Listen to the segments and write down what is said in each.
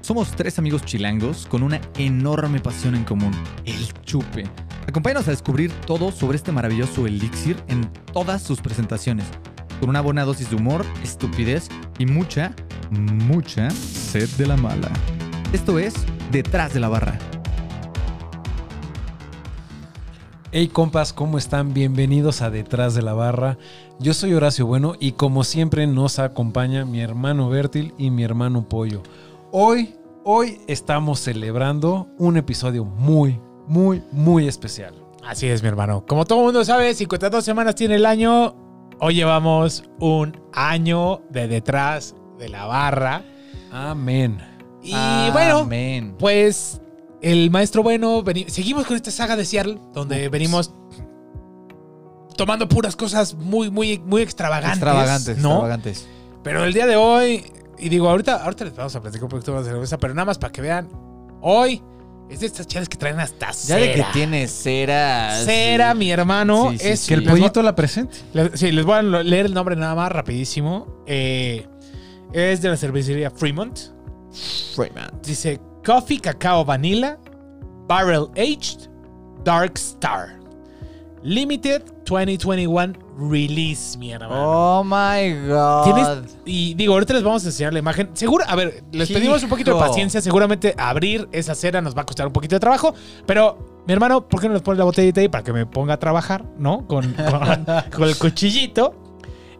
Somos tres amigos chilangos con una enorme pasión en común, el chupe. Acompáñanos a descubrir todo sobre este maravilloso elixir en todas sus presentaciones, con una buena dosis de humor, estupidez y mucha, mucha sed de la mala. Esto es Detrás de la Barra. Hey compas, ¿cómo están? Bienvenidos a Detrás de la Barra. Yo soy Horacio Bueno y como siempre nos acompaña mi hermano Bertil y mi hermano Pollo. Hoy, hoy estamos celebrando un episodio muy, muy, muy especial. Así es, mi hermano. Como todo el mundo sabe, 52 semanas tiene el año. Hoy llevamos un año de detrás de la barra. Amén. Y Ah, bueno, pues el maestro bueno, veni- seguimos con esta saga de Seattle, donde Ups. venimos tomando puras cosas muy, muy, muy extravagantes. extravagantes, ¿no? extravagantes. Pero el día de hoy, y digo, ahorita, ahorita les vamos a platicar un poquito más de cerveza, pero nada más para que vean, hoy es de estas chelas que traen hasta Ya cera. de que tiene cera. Cera, mi hermano, Sí, sí, es sí. Que el les voy- pollito la presente. Les- Sí, les voy a lo- leer el nombre nada más rapidísimo. Eh, es de la cervecería Fremont. Freeman. Dice Coffee Cacao Vanilla Barrel Aged Dark Star Limited 2021 Release, mi hermano. Oh my god. Ah. Tienes- Y digo, ahorita les vamos a enseñar la imagen. Seguro, a ver, les pedimos un poquito de Hijo. paciencia. Seguramente abrir esa cera nos va a costar un poquito de trabajo. Pero, mi hermano, ¿por qué no les pones la botellita ahí para que me ponga a trabajar, no? Con, con- con el cuchillito.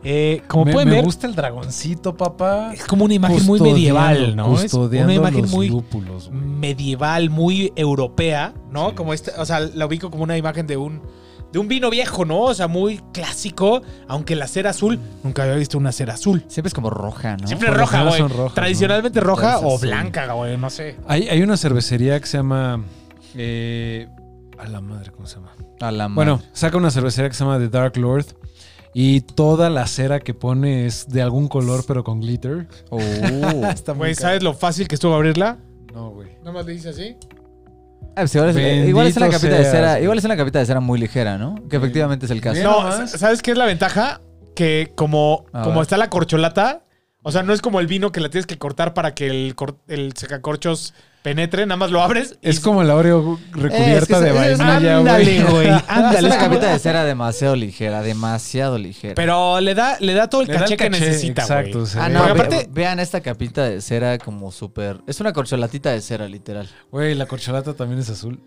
Eh, como me, pueden me ver, gusta el dragoncito, papá. es como una imagen muy medieval, ¿no? Es Custodiando una imagen los muy lúpulos, güey. medieval, muy europea, ¿no? Sí. Como esta, o sea, la ubico como una imagen de un de un vino viejo, ¿no? O sea, muy clásico, aunque la cera azul, nunca había visto una cera azul. Siempre es como roja, ¿no? Siempre Por lo roja, general güey. son rojas, ¿no? Tradicionalmente roja Entonces, o sí. blanca, güey, no sé. Hay, hay una cervecería que se llama. eh, a la madre, ¿cómo se llama? A la Bueno, madre. saca una cervecería que se llama The Dark Lord. Y toda la cera que pone es de algún color, pero con glitter. Oh. Está muy Güey, caro. ¿sabes lo fácil que estuvo abrirla? No, güey. Nada más le dices así. Ah, pues igual, es, eh, Bendito igual es una capita de seas, cera, güey. igual es una capita de cera muy ligera, ¿no? Que efectivamente es el caso. Mira No, nomás. sa- ¿sabes qué es la ventaja? Que como, A como ver. está la corcholata, o sea, no es como el vino que la tienes que cortar para que el, cor- el secacorchos penetre, nada más lo abres. y Es como la Oreo recubierta Eh, es que de se- es- vainilla, ándale, güey. güey. es Ándale, una es como- capita de cera demasiado ligera, demasiado ligera. Pero le da, le da todo el Le da el caché, que caché, necesita. exacto, güey. sí. ah, eh, no, porque ve- aparte- vean esta capita de cera como súper... Es una corcholatita de cera, literal. Güey, la corcholata también es azul.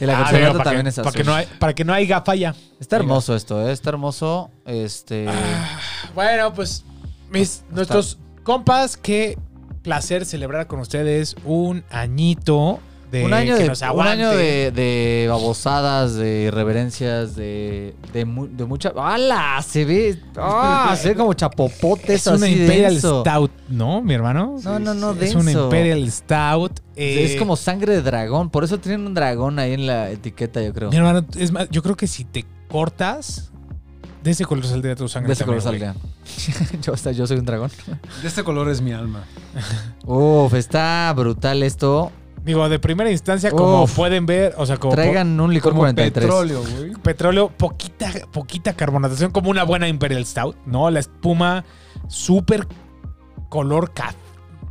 Y la Ah, corcholata digo, para también que- es para azul. que no hay- para que no haya falla. Está hermoso esto, ¿eh? Está hermoso. Este... Ah, Bueno, pues mis, nuestros compas, qué placer celebrar con ustedes un añito de un año, que de, nos un año aguante. de, de babosadas, de irreverencias, de, de, mu- de mucha... ¡Hala! Se ve... ¡Ah! Se ve como chapopote Es eso una así Imperial denso. Stout, ¿no, mi hermano? No, no, no, Es una denso. Imperial Stout. eh, es como sangre de dragón, por eso tienen un dragón ahí en la etiqueta, yo creo. Mi hermano, es más, yo creo que si te cortas, de ese color saldría tu sangre. De ese color también, güey. saldría. yo, o sea, yo soy un dragón. De este color es mi alma. Uf, está brutal esto. Digo, de primera instancia, como Uf. pueden ver, o sea, como... Traigan un licor Como 43. petróleo, güey. petróleo, poquita, poquita carbonatación, como una buena Imperial Stout, ¿no? La espuma súper color café.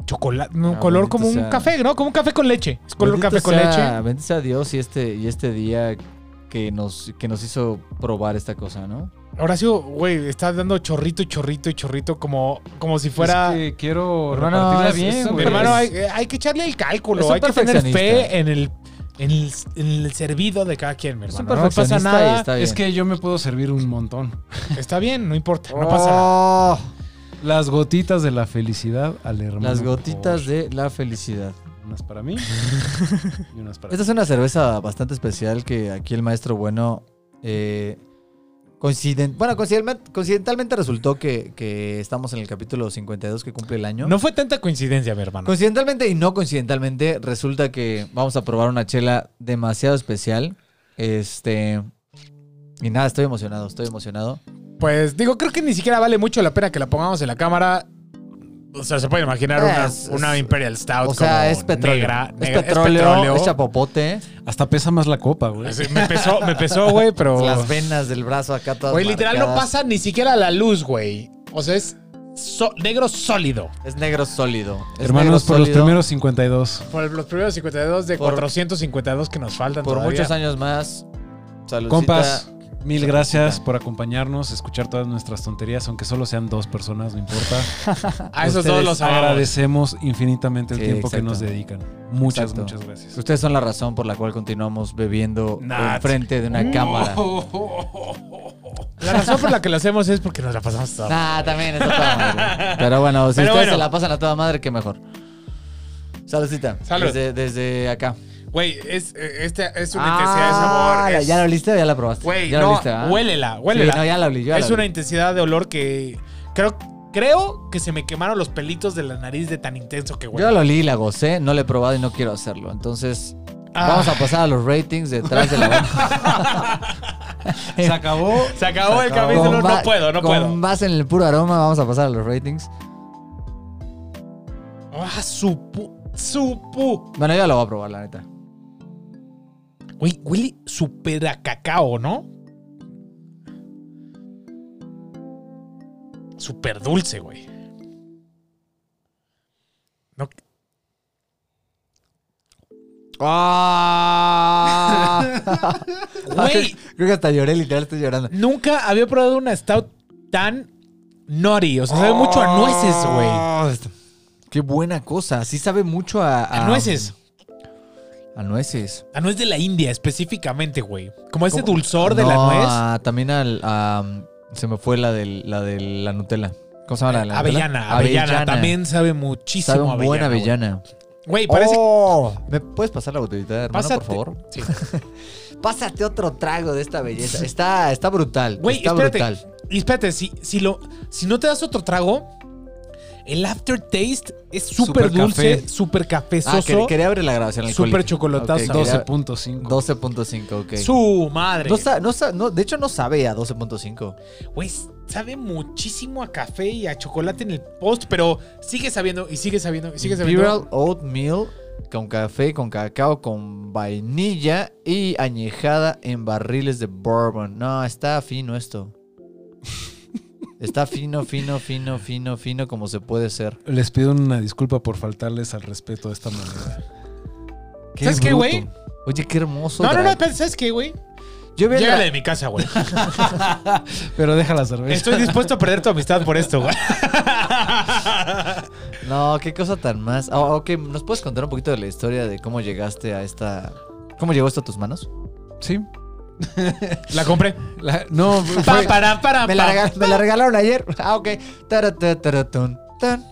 Chocolate, no, Ah, color bendito como un sea. café, ¿no? Como un café con leche. Es color Bendito café con sea- leche. Bendito sea Dios y este, y este día que nos, que nos hizo probar esta cosa, ¿no? Horacio, güey, está dando chorrito y chorrito y chorrito como, como si fuera. Es que quiero Hermano, repartirlas es- bien, es un güey. hermano, hay, eh, pues- hay que echarle el cálculo. Es un Hay que tener perfeccionista. fe en el, en, el, en el servido de cada quien, mi Es hermano. un no pasa perfeccionista y nada. está bien. Es que yo me puedo servir un montón. Está bien, no importa. Oh. No pasa nada. Las gotitas de la felicidad al hermano. Las gotitas de la felicidad. Por- Unas para mí y unas para Esta es una cerveza bastante especial que aquí el maestro bueno. eh, coinciden, bueno, coinciden- coincidentalmente resultó que, que estamos en el capítulo 52 que cumple el año. No fue tanta coincidencia, mi hermano. Coincidentalmente y no coincidentalmente, resulta que vamos a probar una chela demasiado especial. Este. Y nada, estoy emocionado, estoy emocionado. Pues digo, creo que ni siquiera vale mucho la pena que la pongamos en la cámara. O sea, se puede imaginar Eh, una, es- una es- Imperial Stout. o sea, como es petróleo. negra, es, negra- petróleo es chapopote. Hasta pesa más la copa, güey. Sí, me pesó, me pesó, güey, pero. Las venas del brazo acá todas. Oh. Güey, literal no marcadas. pasa ni siquiera la luz, güey. O sea, es so- negro sólido. Es negro sólido. Es negro Hermanos, por los sólido. primeros 52. Por los primeros 52 de Por- 452 que nos faltan Por todavía. muchos años más. Saludcita. Compas, mil Saludcita. gracias por acompañarnos, escuchar todas nuestras tonterías, aunque solo sean dos personas, no importa. A esos Ustedes dos los agradezco. agradecemos infinitamente el Sí, tiempo que exacto. nos dedican. Muchas, Exacto. muchas gracias. Ustedes son la razón por la cual continuamos bebiendo Nah, enfrente de una cámara. La razón por la que lo hacemos es porque nos la pasamos todos. Ah, también está toda madre. Pero bueno, si Pero ustedes bueno. se la pasan a toda madre, qué mejor. Saludcita. Salud. Desde, desde acá. Güey, es, eh, este, es una intensidad de Ah, sabor. ya- es- ¿Ya la oliste o ya la probaste? Güey, ya la no, oliste, ¿ah? huélela, Sí, huélela. no, ya la olí, yo ya es la una olí. intensidad de olor que creo, creo que se me quemaron los pelitos de la nariz de tan intenso que Yo huele. la olí y la gocé, no la he probado y no quiero hacerlo. Entonces, Ah. vamos a pasar a los ratings detrás de la barra. Se acabó. Se acabó el Con capítulo, no ba- puedo, no con puedo. base en el puro aroma, vamos a pasar a los ratings. Ah, supu, supu. Bueno, yo ya lo voy a probar, la neta. Güey, Willy supera cacao, ¿no? Super dulce, güey. No, Ah. güey, Creo que hasta lloré, literal, estoy llorando. nunca había probado una stout tan nori. O sea, sabe mucho a nueces, güey. Qué buena cosa. Sí sabe mucho a... A nueces. A nueces. La nuez de la India específicamente, güey. Como ese ¿Cómo? dulzor de la No, nuez. a- también al... a- se me fue la, del, la de la Nutella. ¿Cómo se llama la de la Nutella? Avellana, avellana, También sabe muchísimo Sabe un buen avellana. avellana. güey. Güey, parece... Oh, ¿Me puedes pasar la botellita, hermano, Pásate. por favor? Sí. Pásate otro trago de esta belleza. Está, está brutal. Güey, está espérate. brutal. Y espérate, si, si, lo, si no te das otro trago, el aftertaste es súper Súper dulce, café. súper Ah, cafezoso. que- quería abrir la grabación. Súper alcohólica. chocolatazo. Ok, quería- 12.5. 12.5, ok. Su madre. No sa- no sa- no, de hecho, no sabe a 12.5. Güey, sabe muchísimo a café y a chocolate en el post, pero sigue sabiendo y sigue sabiendo y sigue sabiendo. Imperial Oatmeal con café, con cacao, con vainilla y añejada en barriles de bourbon. No, está fino esto. Está fino, fino, fino, fino, fino como se puede ser. Les pido una disculpa por faltarles al respeto de esta manera. ¿Sabes qué, bruto. güey? Oye, qué hermoso. No, no, no, drag. espérate, ¿sabes qué, güey? Yo vi en Llega la- de mi casa, güey. Pero deja la cerveza. Estoy dispuesto a perder tu amistad por esto, güey. Eh. No, qué cosa tan más. Ah, ok, ¿nos puedes contar un poquito de la historia de cómo llegaste a esta. ¿Cómo llegó esto a tus manos? Sí. La compré. La- no, Pa, fue- para, para, Me la, pa. rega- me la regalaron ayer. Ah, ok. Tarataratun, tan.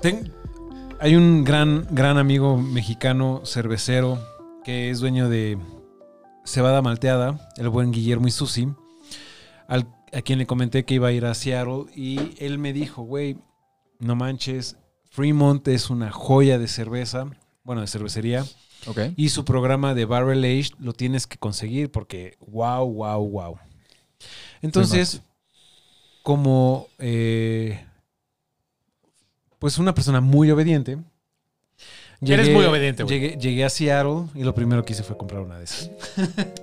ten- hay un gran, gran amigo mexicano, cervecero, que es dueño de Cebada Malteada, el buen Guillermo Isusi, al- a quien le comenté que iba a ir a Seattle y él me dijo, güey, no manches, Fremont es una joya de cerveza, bueno, de cervecería. Ok. Y su programa de Barrel Age lo tienes que conseguir porque wow, wow, wow. Entonces, como eh, pues una persona muy obediente. Eres muy obediente, güey. llegué, llegué a Seattle y lo primero que hice fue comprar una de esas.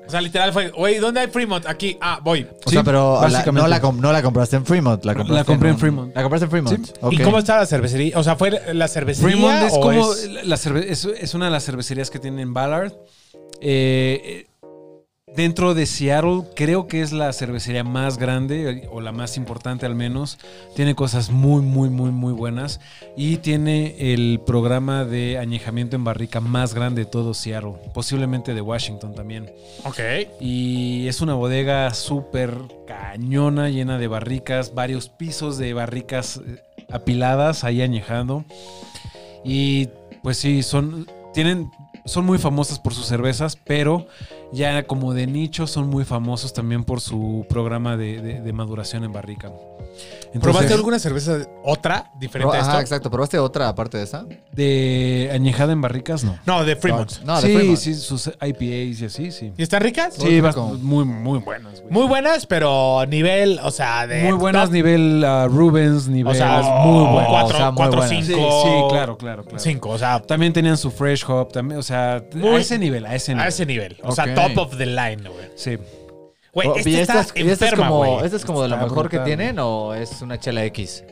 O sea, literal fue, oye, ¿dónde hay Fremont? Aquí, ah, voy. O sea, Sí, pero la- básicamente. no, la com- no la compraste en Fremont. La, compraste La compré en un- Fremont. La compraste en Fremont. Sí. Ok. ¿Y cómo está la cervecería? O sea, ¿fue la cervecería Fremont es o como es- la cerve- es, es una de las cervecerías que tienen Ballard. Eh, eh, dentro de Seattle creo que es la cervecería más grande eh, o la más importante al menos. Tiene cosas muy muy muy muy buenas y tiene el programa de añejamiento en barrica más grande de todo Seattle, posiblemente de Washington también. Ok. Y es una bodega súper cañona, llena de barricas, varios pisos de barricas eh, apiladas ahí añejando. Y pues sí, son, tienen, son muy famosas por sus cervezas, pero ya como de nicho son muy famosos también por su programa de, de- de maduración en barrica. Entonces, ¿Probaste alguna cerveza otra Pro- diferente a Ajá, esto? exacto. ¿Probaste otra aparte de esa? De añejada en barricas, no. No, de Fremont. No, de sí, Fremont. sí, sus IPAs y así, sí. ¿Y están ricas? Sí, rico. bast- muy, muy buenas. güey. Muy buenas, pero nivel, o sea, de. Muy buenas top. nivel ah, Rubens, nivel O sea, oh, muy buenas. buenas. O sea, 4, muy 4, buenas. Sí, 5. sí, claro, claro, claro. 5, o sea, También tenían su fresh hop, también, o sea, Muy- a ese nivel, a ese nivel. a ese nivel. O sea, Ok. top of the line, güey. Sí. Güey, Oh, esta ¿y está y esta es enferma, como, güey. ¿Esta es como de lo Está mejor que brutal. tienen o es una chela X?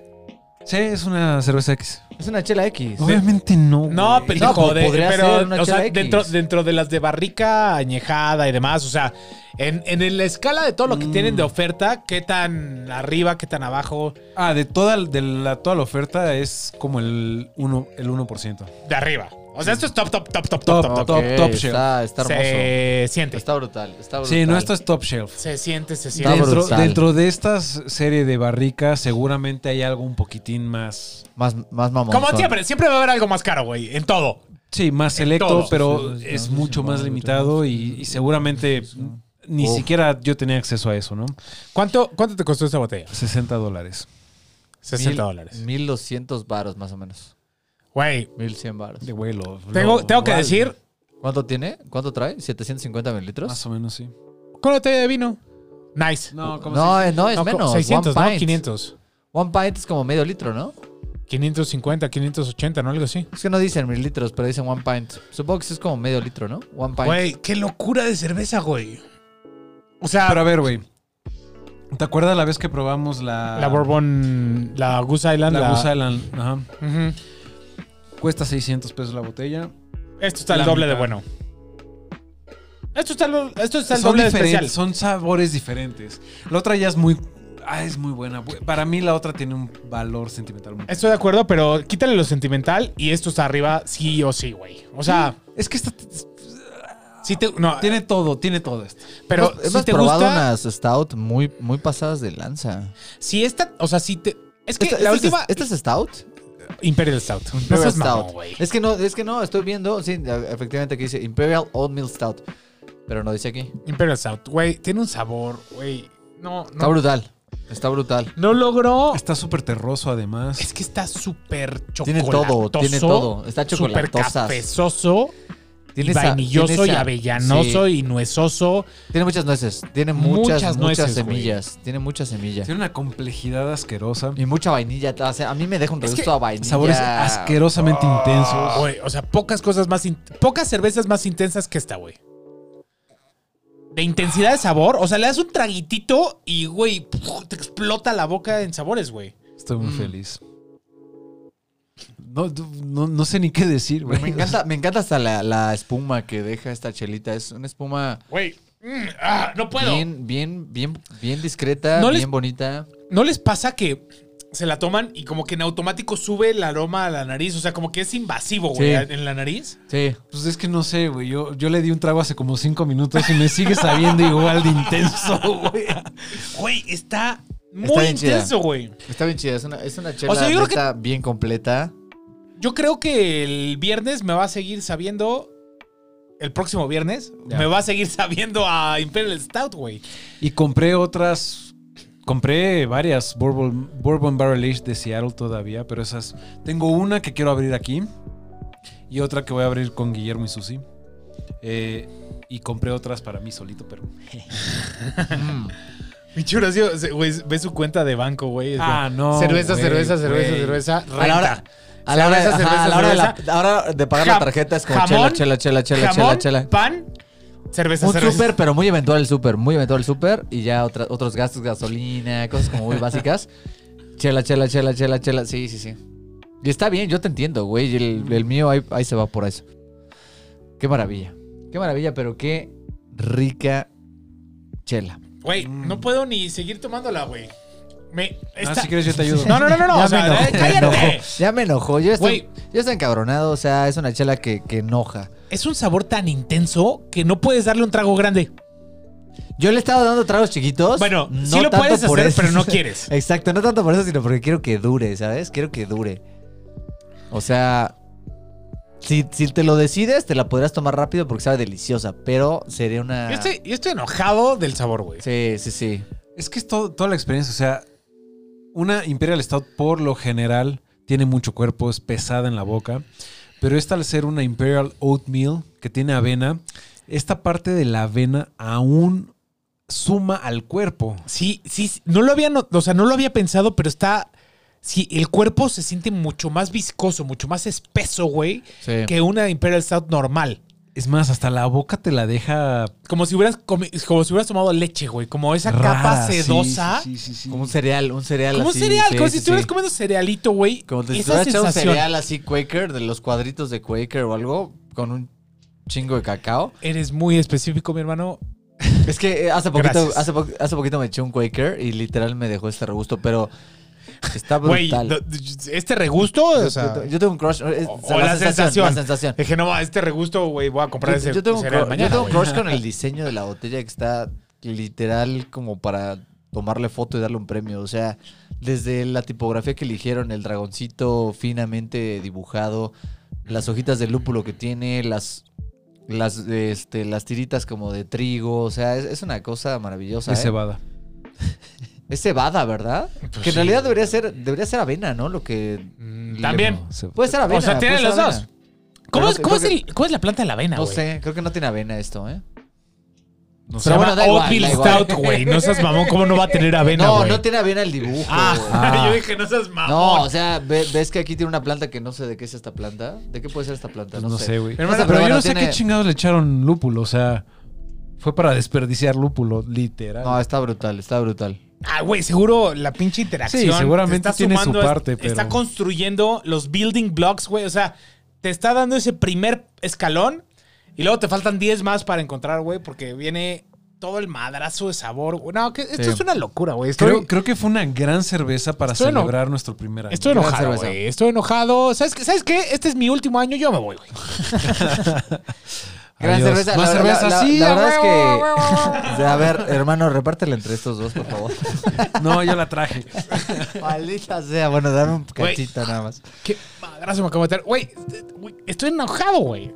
Sí, es una cerveza X. Es una chela X. Obviamente no. No, güey. pendejo, pero de- podría pero ser una o sea, chela X. dentro, dentro de las de barrica añejada y demás, o sea, en, en la escala de todo lo que tienen Mm. de oferta, qué tan arriba, qué tan abajo, Ah, de toda, de la, toda la oferta es como el 1%. El 1%. de arriba. O sea, esto es top, top, top, top, top, top. Top, top. top, top Está, está hermoso. Se siente. Está brutal. Está brutal. Sí, no, esto es top shelf. Se siente, se Está siente. Dentro, brutal. dentro de estas serie de barricas, seguramente hay algo un poquitín más. Más, más mamón. Como siempre, siempre va a haber algo más caro, güey, en todo. Sí, más selecto, todo. pero es mucho más limitado y, y seguramente ni Uf. siquiera yo tenía acceso a eso, ¿no? ¿Cuánto, cuánto te costó esta botella? 60 dólares. 60 Mil- dólares. 1200 varos más o menos. Güey, 1100 varos. De güey, lo- tengo, lo- tengo que igual, decir, ¿Cuánto tiene? ¿Cuánto trae? ¿750 mililitros? Más o menos, sí. ¿cuál botella de vino? Nice. No, ¿cómo no, eh, no, es No, co- menos. 600, one no, pint. 500. One pint es como medio litro, ¿no? 550, 580, ¿no? Algo así. Es que no dicen mililitros, pero dicen one pint. Supongo que sí es como medio litro, ¿no? One pint. Güey, qué locura de cerveza, güey. O sea, Pero a ver, güey. ¿Te acuerdas la vez que probamos la. la Bourbon, la Goose Island. ah. La la- Goose Island. Ajá. Ujú. Cuesta 600 pesos la botella. Esto está el La doble de mitad. bueno. Esto está, el- esto está el son doble de diferentes, especial. son sabores diferentes. La otra ya es muy. Ah, es muy buena. Para mí la otra tiene un valor sentimental. muy- Estoy de acuerdo, pero quítale lo sentimental y esto está arriba sí o sí, güey. O sea, Es que esta t- sí te... No, tiene todo, tiene todo esto. pero Hemos- si hemos te probado gusta... unas stout muy, muy pasadas de lanza. Si esta... O sea, si te... Es que ¿Esta, la esta es- última... esta es stout? Imperial Stout. No Imperial seas Stout. mamón, güey. es que no, es que no, estoy viendo, sí, efectivamente aquí dice Imperial Oatmeal Stout, pero no dice aquí. Imperial Stout, güey. Tiene un sabor, güey. No, Está no. brutal, está brutal. No logró... Está súper terroso además. Es que está súper chocolatoso. Tiene todo, tiene todo. Está Súper chocolatosas. cafezoso. Tiene y esa- vainilloso tiene y esa- avellanoso sí. y nuezoso. Tiene muchas nueces, tiene muchas, Muchas muchas, nueces, semillas, tiene muchas semillas. Tiene una complejidad asquerosa. Y mucha vainilla, o sea, a mí me deja un Es que regusto a vainilla. Sabores asquerosamente intensos. Güey, o sea, pocas cosas más... in- Pocas cervezas más intensas que esta, güey. De intensidad de sabor. O sea, le das un traguitito y, güey, puf, te explota la boca en sabores, güey. Estoy muy Mm. feliz. No, no, no sé ni qué decir, güey. Me encanta, me encanta hasta la, la espuma que deja esta chelita, es una espuma Güey. mm, ah, no puedo. bien, bien, bien, bien discreta, No les- bien bonita. ¿No les pasa que se la toman y como que en automático sube el aroma a la nariz? O sea, como que es invasivo, güey, Sí. en la nariz. Sí. Pues es que no sé, güey. Yo, yo le di un trago hace como cinco minutos y me sigue sabiendo igual de intenso, güey. Güey, está muy Está bien chida. intenso, güey. Está bien chida, es una, es una chela O sea, yo creo que- neta, bien completa. Yo creo que el viernes me va a seguir sabiendo. El próximo viernes Ya. me va a seguir sabiendo a Imperial Stout, güey. Y compré otras. Compré varias Bourbon, Bourbon Barrel Age de Seattle todavía, pero esas. Tengo una que quiero abrir aquí y otra que voy a abrir con Guillermo y Susi. Eh, y compré otras para mí solito, pero. Mm. Pinche Horacio, se- güey, ve su cuenta de banco, güey. es Ah, como, no, Cerveza, güey, cerveza, cerveza, güey. cerveza. A la hora, renta. a la hora, Cerveza, ajá, cerveza, a la hora de la- cerveza. a la hora de pagar Jam- la tarjeta es como chela, jamón, chela, chela, chela, chela, Jamón, chela. pan, cerveza, Un cerveza. súper, pero muy eventual el súper, muy eventual el súper y ya otra- otros gastos, gasolina, cosas como muy básicas. Chela, chela, chela, chela, chela, sí, sí, sí. Y está bien, yo te entiendo, güey, y el, el mío ahí, ahí se va por eso. Qué maravilla, qué maravilla, pero qué rica chela. Güey, Mm. no puedo ni seguir tomándola, güey. Me. Ah, está- si quieres, yo te ayudo. No, no, no, no, no. Ya o sea, me enojó, eh, me cállate. enojó, ya me enojó, yo estoy, Güey. yo estoy encabronado, o sea, es una chela que, que enoja. Es un sabor tan intenso que no puedes darle un trago grande. Yo le he estado dando tragos chiquitos. Bueno, sí Pues, lo tanto puedes por hacer, eso. pero no quieres. Exacto, no tanto por eso, sino porque quiero que dure, ¿sabes? Quiero que dure. O sea, si, si te lo decides, te la podrás tomar rápido porque sabe deliciosa, pero sería una... Yo estoy, yo estoy enojado del sabor, güey. Ah. Sí, sí, sí. Es que es todo- toda la experiencia, o sea, una Imperial Stout por lo general tiene mucho cuerpo, es pesada en la boca, pero esta al ser una Imperial Oatmeal que tiene avena, esta parte de la avena aún suma al cuerpo. Sí, sí, sí, no lo había, no- o sea, no lo había pensado, pero está. Sí, el cuerpo se siente mucho más viscoso, mucho más espeso, güey, sí. que una Imperial Stout normal. Es más, hasta la boca te la deja Como si hubieras, comi- como si hubieras tomado leche, güey. Como esa rara, capa sí, sedosa. sí, sí, sí, sí. Como un cereal, un cereal Como un así. cereal, sí, como sí, si estuvieras sí. comiendo cerealito, güey. Como si Esa estuvieras echando un sensación. cereal así Quaker, de los cuadritos de Quaker o algo, con un chingo de cacao. Eres muy específico, mi hermano. Es que eh, hace poquito, Gracias. hace, po- hace poquito me eché un Quaker y literal me dejó este regusto, pero está Güey, brutal. lo- este regusto, yo, o sea, yo- yo tengo un crush. es- o- o sea, o la sensación. La sensación. dije, no, este regusto, güey, voy a comprar Yo, ese yo tengo, un cereal cru- mañana, yo tengo un güey. crush con el diseño de la botella que está literal como para tomarle foto y darle un premio. O sea, desde la tipografía que eligieron, el dragoncito finamente dibujado, las hojitas de lúpulo que tiene, las las este las tiritas como de trigo, o sea, es, es una cosa maravillosa. de ¿eh? cebada. Es cebada, ¿verdad? Pues que en realidad debería ser debería ser avena, ¿no? Lo que Mm, También. No, cebada. puede ser avena. O sea, tiene puede ser los avena. dos. ¿Cómo, Pero es, no- cómo creo es el- cómo es la planta de la avena, No güey? sé, creo que no tiene avena esto, ¿eh? No Se Pero llama bueno, da igual, Oatmeal da igual. Stout, güey. No seas mamón, ¿cómo no va a tener avena, No, güey? no tiene avena el dibujo. Ah, Ah. yo dije, no seas ah, No, mamón. o sea, ve- ves que aquí tiene una planta que no sé de qué es esta planta. ¿De qué puede ser esta planta? Pues no sé, güey. Hermano, pero pero yo bueno, no sé tiene- qué chingados le echaron lúpulo, o sea, fue para desperdiciar lúpulo, literal. No, está brutal, está brutal. Ah, güey, seguro la pinche interacción. Sí, seguramente te está tiene su sumando, es- parte, pero- Está construyendo los building blocks, güey. O sea, te está dando ese primer escalón y luego te faltan 10 más para encontrar, güey, porque viene todo el madrazo de sabor. güey. No, que esto Sí. es una locura, güey. Estoy, creo, creo que fue una gran cerveza para Estoy eno- celebrar nuestro primer año. estoy gran enojado, cerveza. güey. Estoy enojado. ¿Sabes qué? ¿Sabes qué? Este es mi último año, yo me voy, güey. Gran Adiós. cerveza. la, Más la- cerveza, la- sí. la a verdad es que. huevo. O sea, a ver, hermano, repártela entre estos dos, por favor. No, yo la traje. Maldita sea. Bueno, dar un Güey. cachito nada más. Qué madrazo me acabo de meter. Güey, güey, estoy enojado, güey.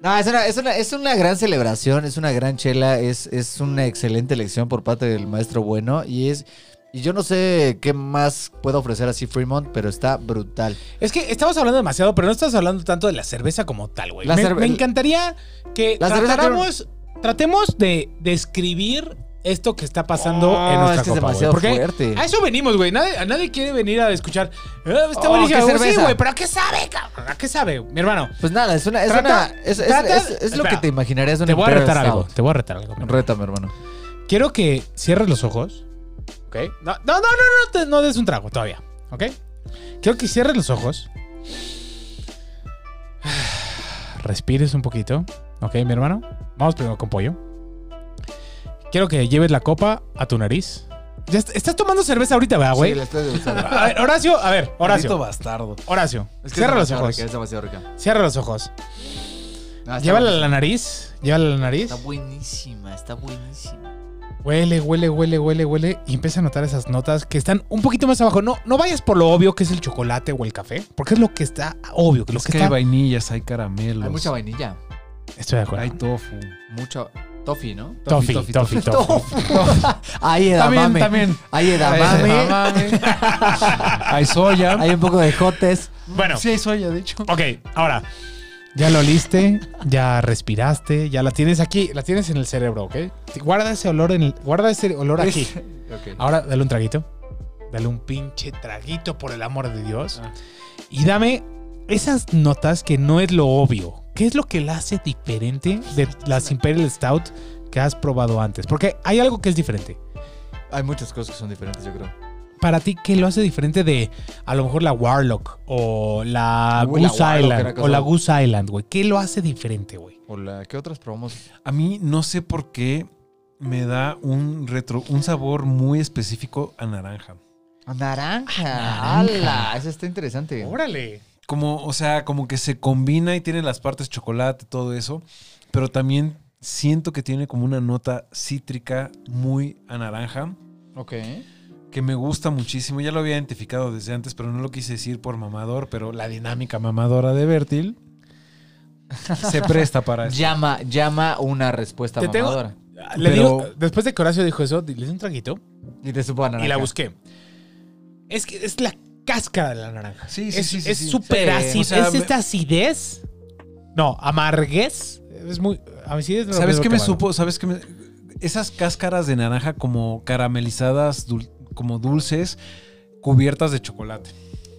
No, es una, es, una, es una gran celebración, es una gran chela, es, es una excelente elección por parte del maestro bueno. Y es. Y yo no sé qué más pueda ofrecer así Fremont, pero está brutal. Es que estamos hablando demasiado, pero no estás hablando tanto de la cerveza como tal, güey. La Me, cerve- me encantaría que La cerveza tiene un- tratáramos- tratemos de describir esto que está pasando en Oh, nuestra es que es copa, demasiado güey. Porque fuerte. A eso venimos, güey. Nadie, a nadie quiere venir a escuchar. "Ah, está Oh, buenísima". qué Güey, Sí, cerveza. güey, pero ¿a qué sabe, cabrón? ¿A qué sabe, mi hermano? Pues nada, es una. Es, Trata- una, es, es- trata- es- es lo espera. que te imaginarías de un Te voy a Imperial retar algo. Stout. Te voy a retar algo. mi hermano. Rétame, hermano. Quiero que cierres los ojos. ¿Ok? No, no, no, no, no, te- no des un trago todavía. ¿Ok? Quiero que cierres los ojos. Respires un poquito. ¿Ok, mi hermano? Vamos primero con pollo. Quiero que lleves la copa a tu nariz. Ya est- estás tomando cerveza ahorita, ¿verdad, ¿Ah, güey? Sí, la estoy degustando. A ver, Horacio, a ver, Maldito Horacio. bastardo. Horacio, Es que cierra es los demasiado ojos. rica, es demasiado rica. Cierra los ojos. No, está Llévala a buenísima. la nariz. Llévala a la nariz. Está buenísima, está buenísima. Huele, huele, huele, huele, huele. Y empieza a notar esas notas que están un poquito más abajo. No, no vayas por lo obvio que es el chocolate o el café, porque es lo que está obvio, que lo Pues es que, que hay está. vainillas, hay caramelos. Hay mucha vainilla, Estoy de acuerdo. Hay tofu. mucha toffee, ¿no? Toffee, toffee, toffee. Hay También, edamame. también. Hay Hay edamame. edamame. Eh, Hay soya. Hay un poco de jotes. Bueno, Sí, hay soya, de hecho. ok, ahora. Ya lo oliste, ya respiraste, ya la tienes aquí, la tienes en el cerebro, ¿ok? Guarda ese olor en el- guarda ese olor aquí. Ah. Ahora dale un traguito. Dale un pinche traguito, por el amor de Dios. Ah. Y dame esas notas que no es lo obvio. ¿Qué es lo que la hace diferente de las Imperial Stout que has probado antes? Porque hay algo que es diferente. Hay muchas cosas que son diferentes, yo creo. Para ti, ¿qué lo hace diferente de a lo mejor la Warlock o la Uy, la Warlock Goose era Island? cosa- O la Goose Island, güey. ¿Qué lo hace diferente, güey? Hola, ¿qué otras probamos? A mí no sé por qué me da un retro, un sabor muy específico a naranja. Naranja. Ah, naranja. ¡Hala! Eso está interesante. Órale. Como, o sea, como que se combina y tiene las partes chocolate, todo eso, pero también siento que tiene como una nota cítrica muy a naranja Ok. que me gusta muchísimo. Ya lo había identificado desde antes, pero no lo quise decir por mamador, pero la dinámica mamadora de Bertil se presta para eso. Llama, llama una respuesta Te tengo- mamadora. Le Pero- digo, después de que Horacio dijo eso, le di un traguito. Y te supo a naranja. y la busqué. Es que es la cáscara de la naranja. Sí, sí, es, sí, sí, Es sí. súper Sí, ácido. o sea, es me- esta acidez. No, amarguez. Es muy. Acidez no ¿Sabes creo qué me que valga. supo? ¿Sabes qué me- Esas cáscaras de naranja como caramelizadas, dul- como dulces, cubiertas de chocolate.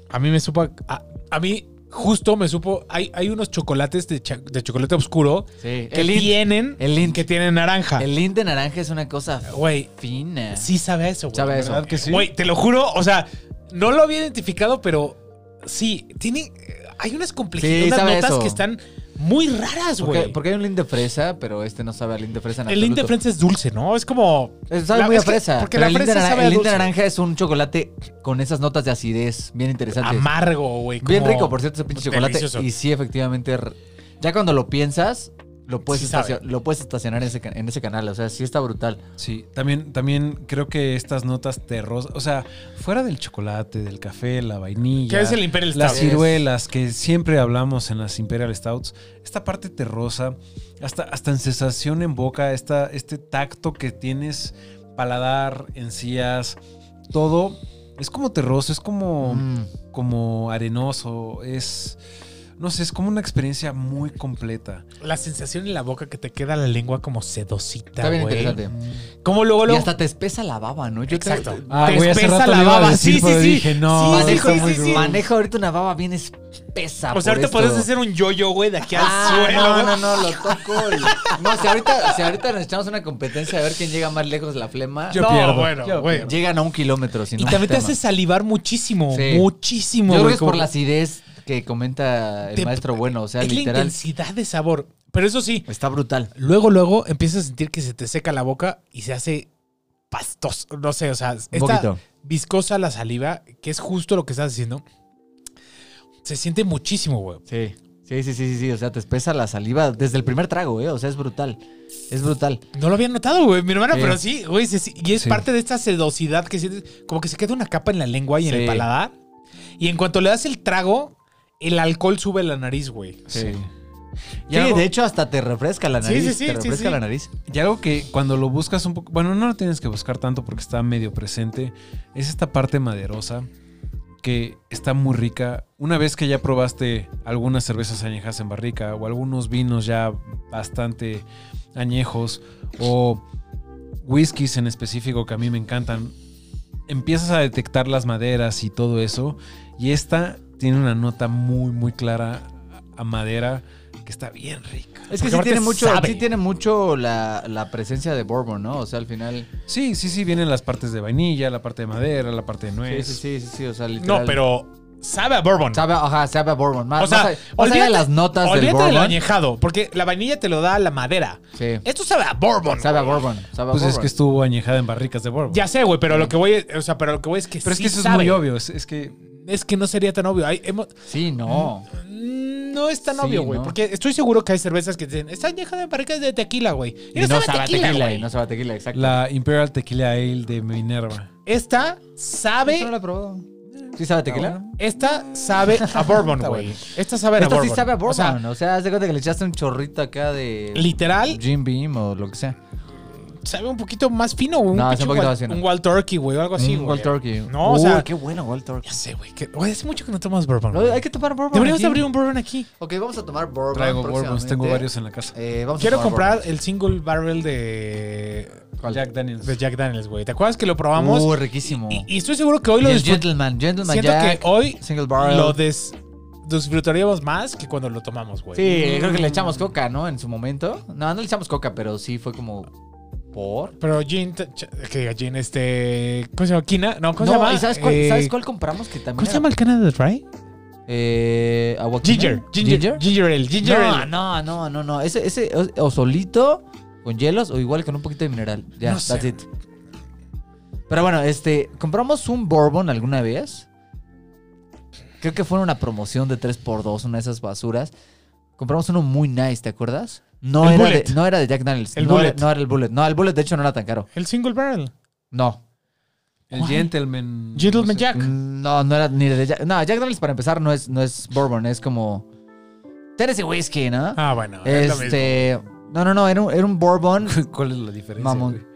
A mí me supo. A, a- a mí, justo me supo, hay, hay unos chocolates de, cha- de chocolate oscuro Sí, que el Lind. tienen, El Lind. que tienen naranja. El Lind de naranja es una cosa Güey, fina. sí sabe a eso, güey. Sabe a eso. ¿Verdad que sí? Güey, te lo juro, o sea, no lo había identificado, pero sí, tiene, hay unas Sí, complejidades, unas sabe notas eso. que están muy raras, Porque, güey. porque hay un Lind de fresa, pero este no sabe a Lind de fresa en El Lind de absoluto. fresa es dulce, ¿no? Es como... Eh, Sabe La- muy a es que- fresa. porque pero la el Lind de fresa nara- sabe a el Lind de dulce. naranja es un chocolate con esas notas de acidez bien interesantes. amargo, güey. Bien Ah, como rico, por cierto, ese pinche chocolate. delicioso. Y sí, efectivamente. r- Ya cuando lo piensas, lo puedes, Sí estacio- sabe. lo puedes estacionar en ese, ca- en ese canal. O sea, sí está brutal. Sí, también, también creo que estas notas terrosas, o sea, fuera del chocolate, del café, la vainilla, ¿Qué es el Imperial las Stout? Stout? ciruelas que siempre hablamos en las Imperial Stouts, esta parte terrosa, hasta, hasta en sensación en boca, esta, este tacto que tienes, paladar, encías, todo, es como terroso, es Oh, como, Mm. como arenoso, es, no sé, es como una experiencia muy completa. La sensación en la boca que te queda la lengua como sedosita, Está bien Mm. interesante. Como luego, Y luego... hasta te espesa la baba, ¿no? Yo te- Exacto. Ah, Te güey, hace espesa rato la le iba a baba. decir, sí, sí, pero sí. dije, no, sí, sí, Manejo, sí, sí, sí. manejo ahorita una baba bien espesa. O sea, por ahorita esto. podrías hacer un yo-yo, güey, de aquí al Ah, suelo. No, güey. no, no, lo toco. y- No, si ahorita, si ahorita nos echamos una competencia de ver quién llega más lejos de la flema, Yo No, pierdo. bueno, Yo güey. llegan a un kilómetro. sin Y un también te tema. hace salivar muchísimo, Sí. Yo muchísimo. creo que güey, es por como- la acidez que comenta el Te- maestro bueno. O sea, Es la literal, intensidad de sabor. Pero eso sí, está brutal. luego, luego empiezas a sentir que se te seca la boca y se hace pastoso. No sé, o sea, Un está poquito. viscosa la saliva, que es justo lo que estás diciendo. Se siente muchísimo, güey. Sí. Sí, sí, sí, sí, sí. O sea, te espesa la saliva desde el primer trago, ¿eh? O sea, es brutal. Es brutal. No lo había notado, güey, mi hermano, Sí. pero sí, güey. se- sí, y es Sí. parte de esta sedosidad que sientes. Como que se queda una capa en la lengua y en el Sí. paladar. Y en cuanto le das el trago, el alcohol sube la nariz, güey. Sí. Y algo- de hecho, hasta te refresca la Sí, nariz. sí, sí, te sí, refresca sí. la nariz. Y algo que cuando lo buscas un poco, bueno, no lo tienes que buscar tanto porque está medio presente, es esta parte maderosa que está muy rica. Una vez que ya probaste algunas cervezas añejas en barrica o algunos vinos ya bastante añejos o whiskies en específico que a mí me encantan, empiezas a detectar las maderas y todo eso. Y esta tiene una nota muy, muy clara a madera que está bien rica. Es Porque que sí aparte tiene, mucho, sabe. sí tiene mucho la, la presencia de Bourbon, ¿no? O sea, al final. Sí, sí, sí, vienen las partes de vainilla, la parte de madera, la parte de Sí, nuez. sí, sí, sí, sí, o sea, literal. No, pero sabe a bourbon. Sabe, a- ajá, sabe a Bourbon. Más, o sea, más allá- más allá de las notas del olvídate del Bourbon. añejado, porque la vainilla te lo da la madera. sí. Esto sabe a bourbon. Sabe a güey. Bourbon. Sabe a Pues es Bourbon. que estuvo añejada en barricas de bourbon. Ya sé, güey, pero lo que voy, es- o sea, pero lo que voy es que Pero es sí que eso sabe. es muy obvio. Es, es que Es que no sería tan obvio. Hay- hemos- Sí, no. no es tan Sí, obvio, güey, no. porque estoy seguro que hay cervezas que dicen, está añejada en barricas de tequila, güey. Y, no, sabe, a tequila, y güey. no sabe a tequila, exacto. la Imperial Tequila Ale de Minerva. Esta Yo no sabe, la he probado. ¿Sí sabe a tequila? Ah, bueno. esta sabe a bourbon, Está güey. bueno. Esta sabe a Esto bourbon. sí sabe a bourbon. O sea, haz de cuenta que le echaste un chorrito acá de literal, Jim Beam o lo que sea. sabe un poquito más fino, un, No, es pinche un poquito wild- más fino. un wild turkey, güey, o algo así, Un güey. Wild Turkey. No, o Uy, sea- qué bueno Wild Turkey. Ya sé, güey. que- Güey, hace mucho que no tomamos bourbon. No, güey. hay que tomar bourbon. Deberíamos aquí. abrir un bourbon aquí. Ok, vamos a tomar bourbon. Traigo bourbons, tengo próximamente. varios en la casa. Eh, vamos a Quiero tomar comprar bourbons. el single barrel de, Jack Daniels. de Jack Daniels, güey. ¿Te acuerdas que lo probamos? Uh, riquísimo. y, y estoy seguro que hoy lo Y el disfrut- Gentleman, Gentleman Siento Jack. que hoy Single barrel. lo des- disfrutaríamos más que cuando lo tomamos, güey. Sí, creo que le echamos coca, ¿no? En su momento. No, no le echamos coca, pero sí fue como. ¿Por? Pero Gin, t- ch- que diga Gin, este. ¿Cómo se llama? Kina. No, ¿cómo se No, llama? ¿y sabes cuál, Eh, sabes cuál compramos que también. ¿Cómo se era- llama el Canada Dry? Eh, agua Ginger. quina. Ginger. Ginger. Ale. Ginger no, Ale. no, no, no, no. Ese, ese o- o solito con hielos o igual con un poquito de mineral. Ya, No sé. that's it. Pero bueno, este, compramos un bourbon alguna vez. Creo que fue en una promoción de 3x2, una de esas basuras. Compramos uno muy nice, ¿te acuerdas? No, El era Bullet. de, no era de Jack Daniels. El no, era, Bullet. no era el Bullet. No, el Bullet de hecho no era tan caro. El single barrel. No. El Gentleman. Gentleman Jack. Mm, No, no era ni de Jack. No, Jack Daniels para empezar no es, no es bourbon, es como Tennessee whiskey, ¿no? Ah, bueno. es lo mismo. Este. No, no, no, era un, era un bourbon. ¿Cuál es la diferencia? Mamón. güey?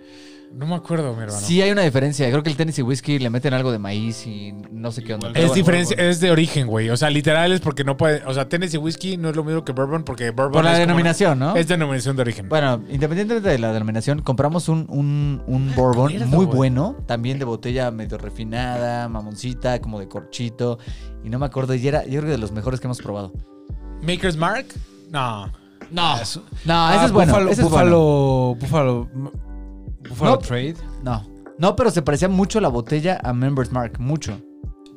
No me acuerdo, mi hermano. Sí hay una diferencia. Creo que el Tennessee Whiskey le meten algo de maíz y no sé qué onda. Igual. Pero bueno, Es bueno, diferencia, bueno. es de origen, güey. O sea, literal es porque no puede. O sea, Tennessee whiskey no es lo mismo que bourbon porque bourbon por la es como una- denominación, ¿no? Es denominación de origen. Bueno, independientemente de la denominación, compramos un, un, un bourbon mierda, muy güey. bueno, también de botella medio refinada, mamoncita, como de corchito, y no me acuerdo, y era, yo creo que de los mejores que hemos probado. Maker's Mark? No. No, Eso- no, Ah, ese es bueno, Buffalo, ese es bueno. Buffalo, Buffalo, Buffalo No. Trade. No, no, pero se parecía mucho la botella a Members Mark, mucho.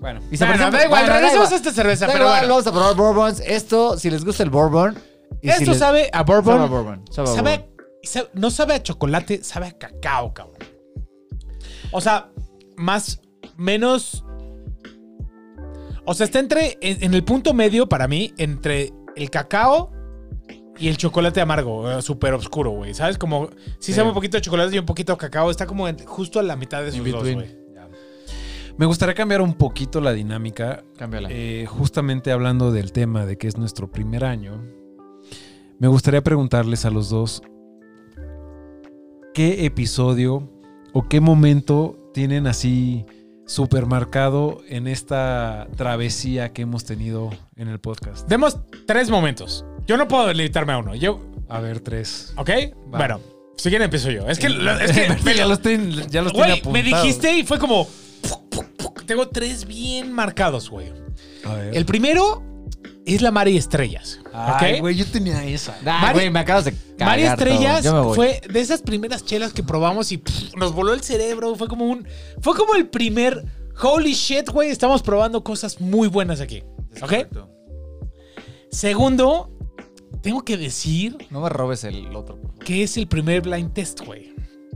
Bueno, Y se Bueno, parecía- da igual, bueno, da regresemos a igual. esta cerveza, Da pero igual, bueno. vamos a probar bourbons. Esto, si les gusta el bourbon, y si Esto les- sabe a sabe a bourbon. bourbon, sabe a Sabe, bourbon. sabe- no sabe a chocolate, sabe a cacao, cabrón. O sea, más, menos. O sea, está entre. En, en el punto medio para mí, entre el cacao y el chocolate amargo, eh, súper oscuro, güey. ¿Sabes? Como. Sí, sabe un poquito de chocolate y un poquito de cacao. Está como en- justo a la mitad de In esos dos, between. güey. me gustaría cambiar un poquito la dinámica Cámbiala. Eh, justamente hablando del tema de que es nuestro primer año, me gustaría preguntarles a los dos qué episodio o qué momento tienen así súper marcado en esta travesía que hemos tenido en el podcast. Demos tres momentos. Yo no puedo limitarme a uno. Yo. A ver, tres. ¿Ok? Bueno, si quieren empiezo yo. Es que. lo- Es que ya los tienen, ya los tienen Güey, me apuntados. dijiste y fue como. "Puc, puc, puc". Tengo tres bien marcados, güey. A ver. Ah, El primero es la Mari Estrellas. Ay, ¿Ok? güey, yo tenía esa. Ah, Mari- güey, me acabas de cagar Mari todo. Estrellas Yo me voy. fue de esas primeras chelas que probamos y pff, nos voló el cerebro. Fue como un. Fue como el primer. Holy shit, güey. Estamos probando cosas muy buenas aquí. ¿Ok? Segundo, tengo que decir No me robes el otro, por favor. que es el primer blind test, güey.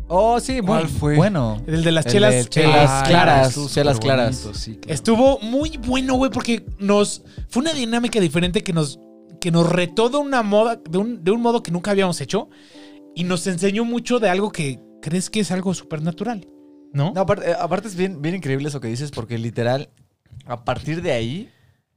Oh, sí, ¿Cuál muy fue? Bueno. El de las El chelas. de chelas Ah, claras, estuvo chelas súper claras. bonito, sí, claro. Estuvo muy bueno, güey, porque nos. Fue una dinámica diferente que nos, que nos retó de una moda, de un, de un modo que nunca habíamos hecho. Y nos enseñó mucho de algo que crees que es algo supernatural. ¿No? No, aparte, eh, aparte es bien, bien increíble eso que dices, porque literal, a partir de ahí,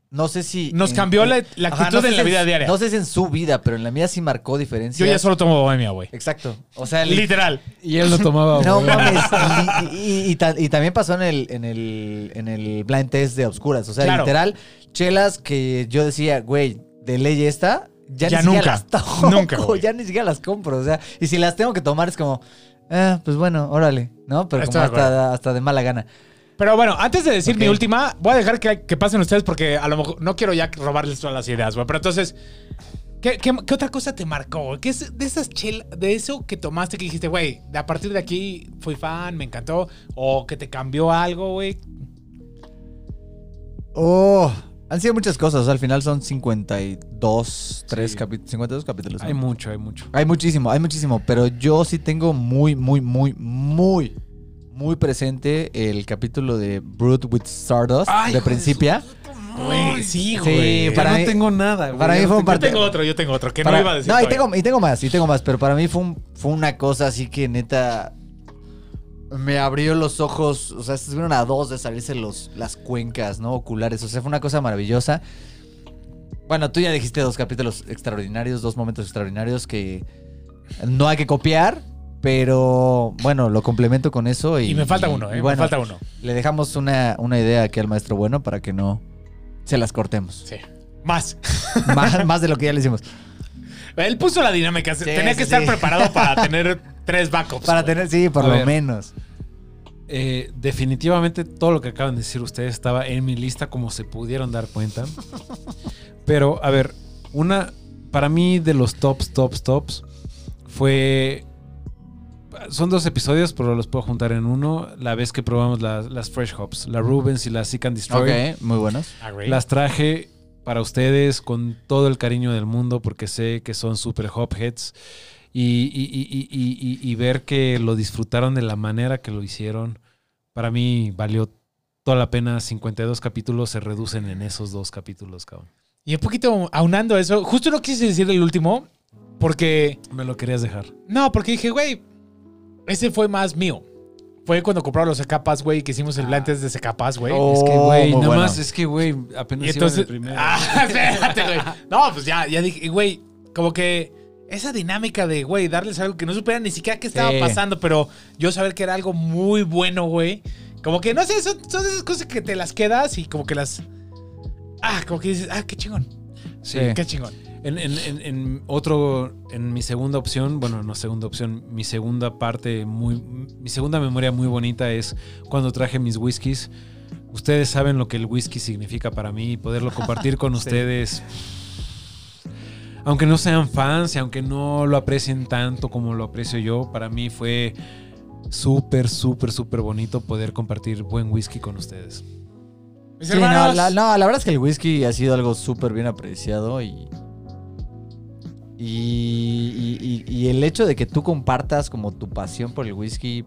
no sé si. Nos en- cambió la, la Ajá, actitud no sé en si la vida diaria. No sé si en su vida, pero en la mía sí marcó diferencia. Yo ya solo tomo bohemia, güey. Exacto. O sea, li- Literal. Y él lo tomaba. No güey. mames. Y, y- y- y ta- y también pasó en el, en el, en el blind test de obscuras. O sea, Claro. literal, chelas que yo decía, güey, de ley esta, ya, Ya ni nunca, siquiera las tomo. nunca, güey. Ya ni siquiera las compro. O sea, y si las tengo que tomar es como, ah, pues bueno, órale, ¿no? Pero Estoy como de acuerdo. hasta, hasta de mala gana. Pero bueno, antes de decir Ok. mi última, voy a dejar que, que pasen ustedes porque a lo mejor no quiero ya robarles todas las ideas, güey. Pero entonces, ¿qué, qué, qué otra cosa te marcó, güey? ¿Qué es de esas chel, de eso que tomaste que dijiste, güey, de a partir de aquí fui fan, me encantó? ¿O que te cambió algo, güey? Oh, han sido muchas cosas. O sea, al final son 52, 3 Sí. capi- 52 capítulos. ¿no? Hay mucho, hay mucho. Hay muchísimo, hay muchísimo, pero yo sí tengo muy, muy, muy, muy, muy presente el capítulo de Brute with Stardust Ay, de Ah, hijo de Principia. Güey, sí, Sí, güey. para Ya mí- no tengo nada, güey. para Ya mí no fue un tengo- Yo parte- tengo otro, yo tengo otro, que Para- no iba a decir. y todavía. tengo, y tengo más, y tengo más, pero para mí fue, un- fue una cosa así que neta me abrió los ojos, o sea, estuvieron a dos de salirse los, las cuencas, ¿no? Oculares, o sea, fue una cosa maravillosa. Bueno, tú ya dijiste dos capítulos extraordinarios, dos momentos extraordinarios que no hay que copiar, pero bueno, lo complemento con eso. Y, Y me falta uno, y ¿eh? bueno, me falta uno. Le dejamos una, una idea aquí al maestro bueno para que no se las cortemos. Sí. Más. más, más de lo que ya le hicimos. Él puso la dinámica. Tenía sí, que estar sí. preparado para tener tres backups. Para güey. tener, sí, por A lo ver. menos. Eh, definitivamente todo lo que acaban de decir ustedes estaba en mi lista, como se pudieron dar cuenta. Pero, a ver, una. Para mí, de los tops, tops, tops, fue. Son dos episodios, pero los puedo juntar en uno. La vez que probamos las, las Fresh Hops, la Rubens y la Seek and Destroy. Ok, muy buenos. Agree. Las traje para ustedes con todo el cariño del mundo porque sé que son super hopheads y, y- y- y- y- y- y ver que lo disfrutaron de la manera que lo hicieron, para mí valió toda la pena. 52 capítulos se reducen en esos dos capítulos, cabrón. Y un poquito aunando a eso, justo no quise decir el último, porque. Me lo querías dejar. No, porque dije, güey, ese fue más mío. Fue cuando compraron los Zacapas, güey, que hicimos el blind test de Zacapas, güey. Ah. Oh, es que, güey, muy nada bueno. más, es que, güey, apenas y iba en entonces. el primero. Ah, espérate, güey. No, pues ya, ya dije, güey, como que Esa dinámica de, güey, darles algo que no supieran ni siquiera qué estaba Sí. pasando, pero yo saber que era algo muy bueno, güey. Como que, no sé, son, son esas cosas que te las quedas y como que las... Ah, como que dices, ah, qué chingón. Sí. Qué chingón. En, en- en- en otro, en mi segunda opción, bueno, no segunda opción, mi segunda parte muy, mi segunda memoria muy bonita es cuando traje mis whiskies. Ustedes saben lo que el whisky significa para mí y poderlo compartir con ustedes. Aunque no sean fans y aunque no lo aprecien tanto como lo aprecio yo, para mí fue súper, súper, súper bonito poder compartir buen whisky con ustedes. Mis Sí, no, hermanos, la, no, la verdad es que el whisky ha sido algo súper bien apreciado y y, y- y- y el hecho de que tú compartas como tu pasión por el whisky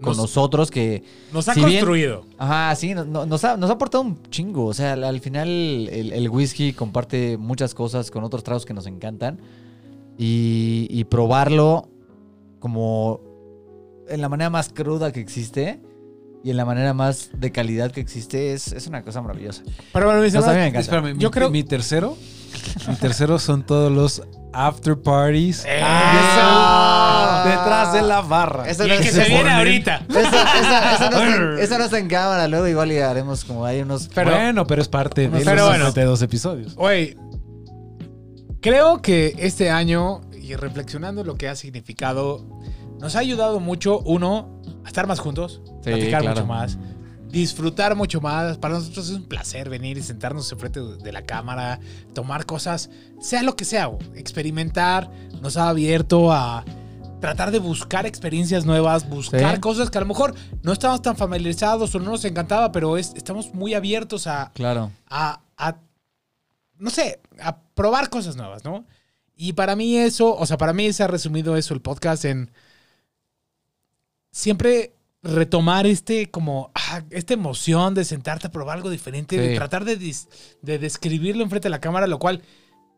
con Nos- nosotros que... nos ha si bien- construido. Ajá, sí, no- no- nos, ha, nos ha aportado un chingo. O sea, al, al final el, el whisky comparte muchas cosas con otros tragos que nos encantan. Y, y probarlo como en la manera más cruda que existe y en la manera más de calidad que existe es, es una cosa maravillosa. Pero bueno, mis No, hermanos, también me encanta. Espérame, Yo mi, creo- mi tercero, mi tercero son todos los after parties. Eh, Eh. ah, ¡Eso! Detrás de la barra. Eso Y el no que es- se viene ahorita. Eso, eso- eso no está, en- eso no está en cámara, luego igual y haremos como hay unos... Pero- bueno, pero es parte de los Pero bueno. 52 episodios. Oye, creo que este año, y reflexionando lo que ha significado, nos ha ayudado mucho, uno, a estar más juntos, platicar mucho más, disfrutar mucho más. Para nosotros es un placer venir y sentarnos enfrente de la cámara, tomar cosas, sea lo que sea, o experimentar, nos ha abierto a tratar de buscar experiencias nuevas, buscar Sí. cosas que a lo mejor no estábamos tan familiarizados o no nos encantaba, pero es- estamos muy abiertos a, Claro. a, a, no sé, a probar cosas nuevas, ¿no? Y para mí eso, o sea, para mí se ha resumido eso el podcast en siempre retomar este como, ah, esta emoción de sentarte a probar algo diferente, de Sí. tratar de, dis- de describirlo enfrente de la cámara, lo cual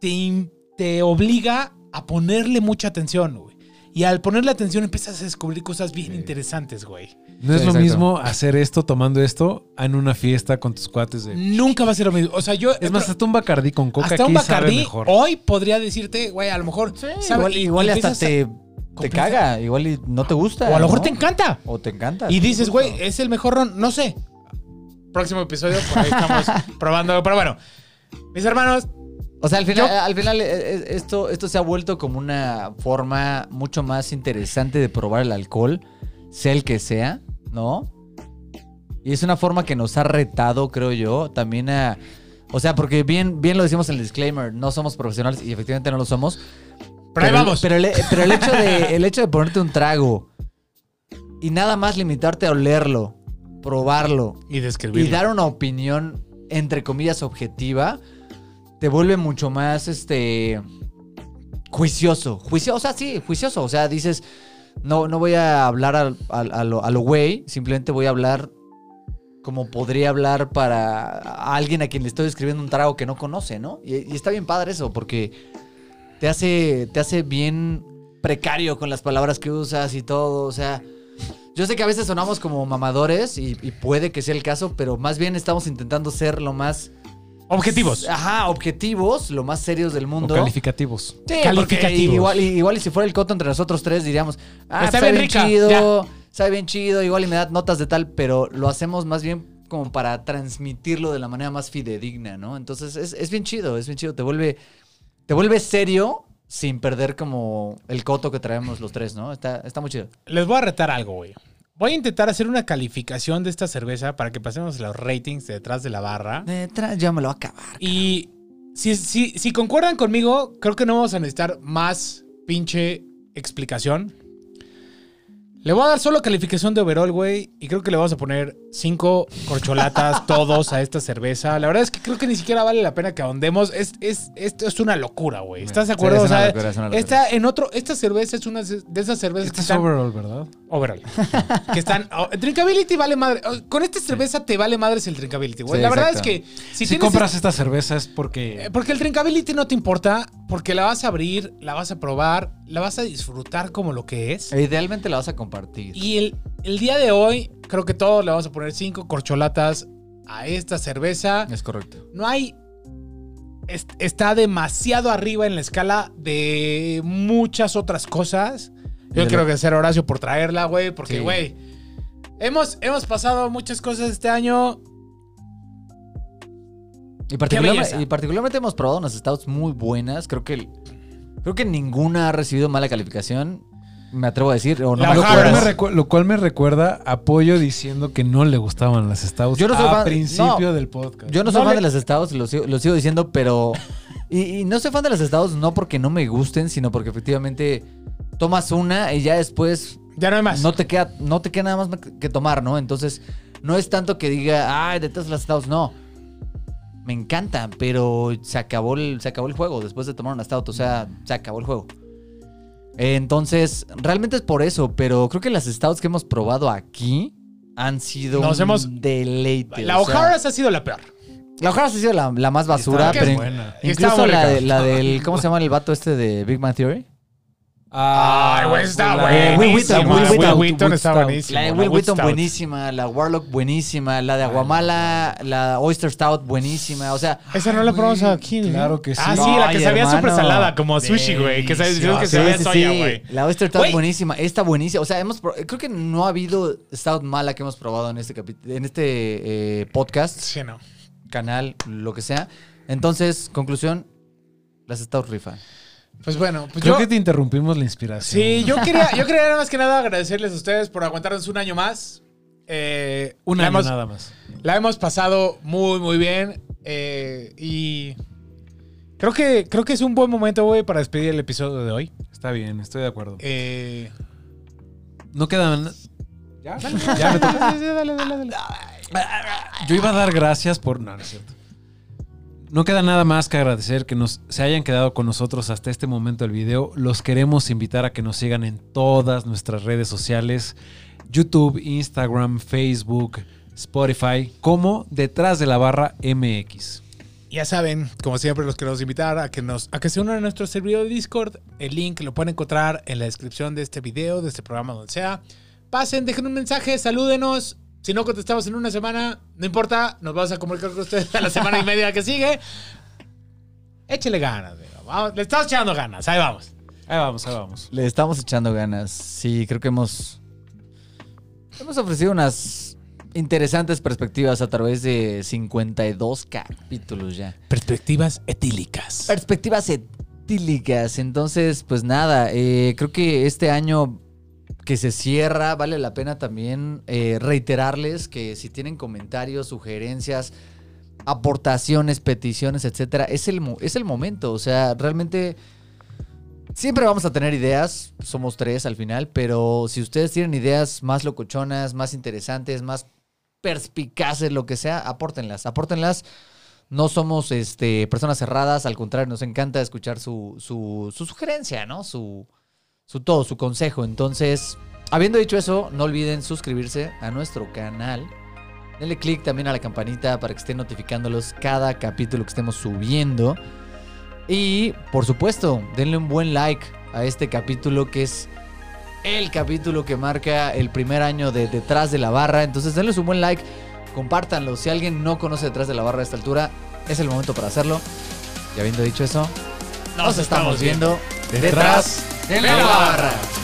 te, im- te obliga a ponerle mucha atención, güey. Y al ponerle atención empiezas a descubrir cosas bien interesantes, güey. No es Sí, lo exacto. mismo hacer esto tomando esto en una fiesta con tus cuates de. Nunca va a ser lo mismo. O sea, yo... Es más, hasta un bacardí con coca hasta aquí un sabe Bacardí mejor. hoy podría decirte, güey, a lo mejor. ¿sabe? Igual, Y- igual y y hasta empiezas a- te, te completas- caga, igual y no te gusta. O a lo mejor ¿no? te encanta. O te encanta. Y dices, güey, es el mejor ron. No sé. Próximo episodio, por ahí estamos probando. Pero bueno, mis hermanos, O sea, al final, al final eh, eh, esto, esto se ha vuelto como una forma mucho más interesante de probar el alcohol, sea el que sea, ¿no? Y es una forma que nos ha retado, creo yo, también a... O sea, porque bien, bien lo decimos en el disclaimer, no somos profesionales y efectivamente no lo somos. pero ahí el- vamos. Pero el, pero el hecho de, el hecho de ponerte un trago y nada más limitarte a olerlo, probarlo y describirlo. y dar una opinión entre comillas objetiva te vuelve mucho más este juicioso juicioso o sea sí juicioso o sea dices no no voy a hablar al- al- a, lo a lo güey simplemente voy a hablar como podría hablar para a alguien a quien le estoy escribiendo un trago que no conoce no y, y está bien padre eso porque te hace te hace bien precario con las palabras que usas y todo o sea yo sé que a veces sonamos como mamadores y, y puede que sea el caso, pero más bien estamos intentando ser lo más. Objetivos. Ajá, objetivos, lo más serios del O mundo. calificativos. Sí, porque Calificativos. Igual, y- igual y si fuera el coto entre nosotros tres diríamos, ah, Está está bien, bien rica, chido, está bien chido, igual y me da notas de tal, pero lo hacemos más bien como para transmitirlo de la manera más fidedigna, ¿no? Entonces es, es bien chido, es bien chido, te vuelve, te vuelve serio sin perder como el coto que traemos los tres, ¿no? Está, está muy chido. Les voy a retar algo, güey. Voy a intentar hacer una calificación de esta cerveza para que pasemos los ratings de detrás de la barra. Detrás ya me lo va a acabar. Y si, si, si concuerdan conmigo, creo que no vamos a necesitar más pinche explicación. Le voy a dar solo calificación de overall, güey. Y creo que le vamos a poner cinco corcholatas todos a esta cerveza. La verdad es que creo que ni siquiera vale la pena que ahondemos. Es, es, esto es una locura, güey. ¿Estás de acuerdo? Sí, O es una sea, locura, es una locura. esta, en otro, esta cerveza es una de esas cervezas Este que es están overall, ¿verdad? overall. que están. oh, drinkability vale madre. oh, Con esta cerveza te vale madres el drinkability, güey. Sí, la verdad exacto. es que si, Si, tienes compras esta cerveza es porque. eh, Porque el drinkability no te importa, porque la vas a abrir, la vas a probar, la vas a disfrutar como lo que Eh. es. E Idealmente la vas a compartir. Y el, el día de hoy, creo que todos le vamos a poner cinco corcholatas a esta cerveza. Es correcto. No hay es- está demasiado arriba en la escala de muchas otras cosas. Y Yo de quiero lo- agradecer a Horacio por traerla, güey, porque, Sí. güey, hemos, hemos pasado muchas cosas este año. Y, particularme- belleza. y particularmente hemos probado unas stouts muy buenas. Creo que, el- creo que ninguna ha recibido mala calificación. Me atrevo a decir, o no La me Lo Harvard. cual, me acuerdo. recu- lo cual me recuerda a Pollo diciendo que no le gustaban las stouts Yo no soy a fan- principio no. del podcast. Yo no soy No fan le- de las estados, lo sigo, lo sigo diciendo, pero. Y, y no soy fan de las estados no porque no me gusten, sino porque efectivamente tomas una y ya después Ya no hay más. no te queda, no te queda nada más que tomar, ¿no? Entonces, no es tanto que diga, ay, detesto las estados no. Me encanta, pero se acabó, el, se acabó el juego después de tomar una stout, o sea, se acabó el juego. Entonces, realmente es por eso, pero creo que las stouts que hemos probado aquí han sido Nos un hemos- deleite. la o sea, O'Hara ha sido la peor. la hoja ha sido la, la más basura, Está- pero que es in- buena. Y incluso estaba la, buena, de- la del. ¿Cómo se llama el vato este de Big Man Theory? Ay, güey, está la- buenísima. Eh, Will Wheaton, Will La Wheaton, Eh, Wheaton está Wheaton. buenísima. La de Will Wood Wheaton, Stout. buenísima. La Warlock, buenísima. La de Aguamala, la Oyster Stout, buenísima. O sea, Esa no la Güey, probamos aquí, ¿no? claro que sí. Ah, sí, la que Ay, sabía hermano. súper salada, como sushi, güey. Que sabía que sí, sabía sí, soya, sí. güey. La Oyster Stout, Güey. buenísima. Esta, buenísima. O sea, hemos pro- creo que no ha habido Stout mala que hemos probado en este, capi- en este eh, podcast, Sí, no. canal, lo que sea. Entonces, conclusión: las Stout rifan. Pues bueno, pues Creo yo... que te interrumpimos la inspiración. Sí, yo quería, yo quería nada más que nada agradecerles a ustedes por aguantarnos un año más. Eh, un la año hemos, nada más. La hemos pasado muy, muy bien. eh, y creo que, creo que es un buen momento, güey, para despedir el episodio de hoy. Está bien, estoy de acuerdo. Eh, No quedaban. ¿Ya? Ya me toca. Sí, sí, dale, dale, dale. Yo iba a dar gracias por. No, no es cierto. No queda nada más que agradecer que nos, se hayan quedado con nosotros hasta este momento del video. Los queremos invitar a que nos sigan en todas nuestras redes sociales: YouTube, Instagram, Facebook, Spotify, como Detrás de la Barra MX. Ya saben, como siempre, los queremos invitar a que, nos, a que se unan a nuestro servidor de Discord. El link lo pueden encontrar en la descripción de este video, de este programa, donde sea. Pasen, dejen un mensaje, salúdenos. Si no contestamos en una semana, no importa, nos vamos a comunicar con ustedes a la semana y media que sigue. Échele ganas, güey. Vamos, le estamos echando ganas, ahí vamos. Ahí vamos, ahí vamos. Le estamos echando ganas. Sí, creo que hemos. Hemos ofrecido unas interesantes perspectivas a través de 52 capítulos ya. Perspectivas etílicas. Perspectivas etílicas. Entonces, pues nada, eh, creo que este año que se cierra, vale la pena también eh, reiterarles que si tienen comentarios, sugerencias, aportaciones, peticiones, etcétera, es el, mo- es el momento. O sea, realmente siempre vamos a tener ideas, somos tres al final, pero si ustedes tienen ideas más locochonas, más interesantes, más perspicaces, lo que sea, apórtenlas, apórtenlas. No somos este, personas cerradas, al contrario, nos encanta escuchar su, su, su sugerencia, ¿no? Su, su todo, su consejo. Entonces, habiendo dicho eso, no olviden suscribirse a nuestro canal. Denle click también a la campanita para que estén notificándolos cada capítulo que estemos subiendo. Y, por supuesto, denle un buen like a este capítulo que es el capítulo que marca el primer año de Detrás de la Barra. Entonces, denles un buen like, compártanlo. Si alguien no conoce Detrás de la Barra a esta altura, es el momento para hacerlo. Y habiendo dicho eso, nos, estamos viendo Detrás de la barra.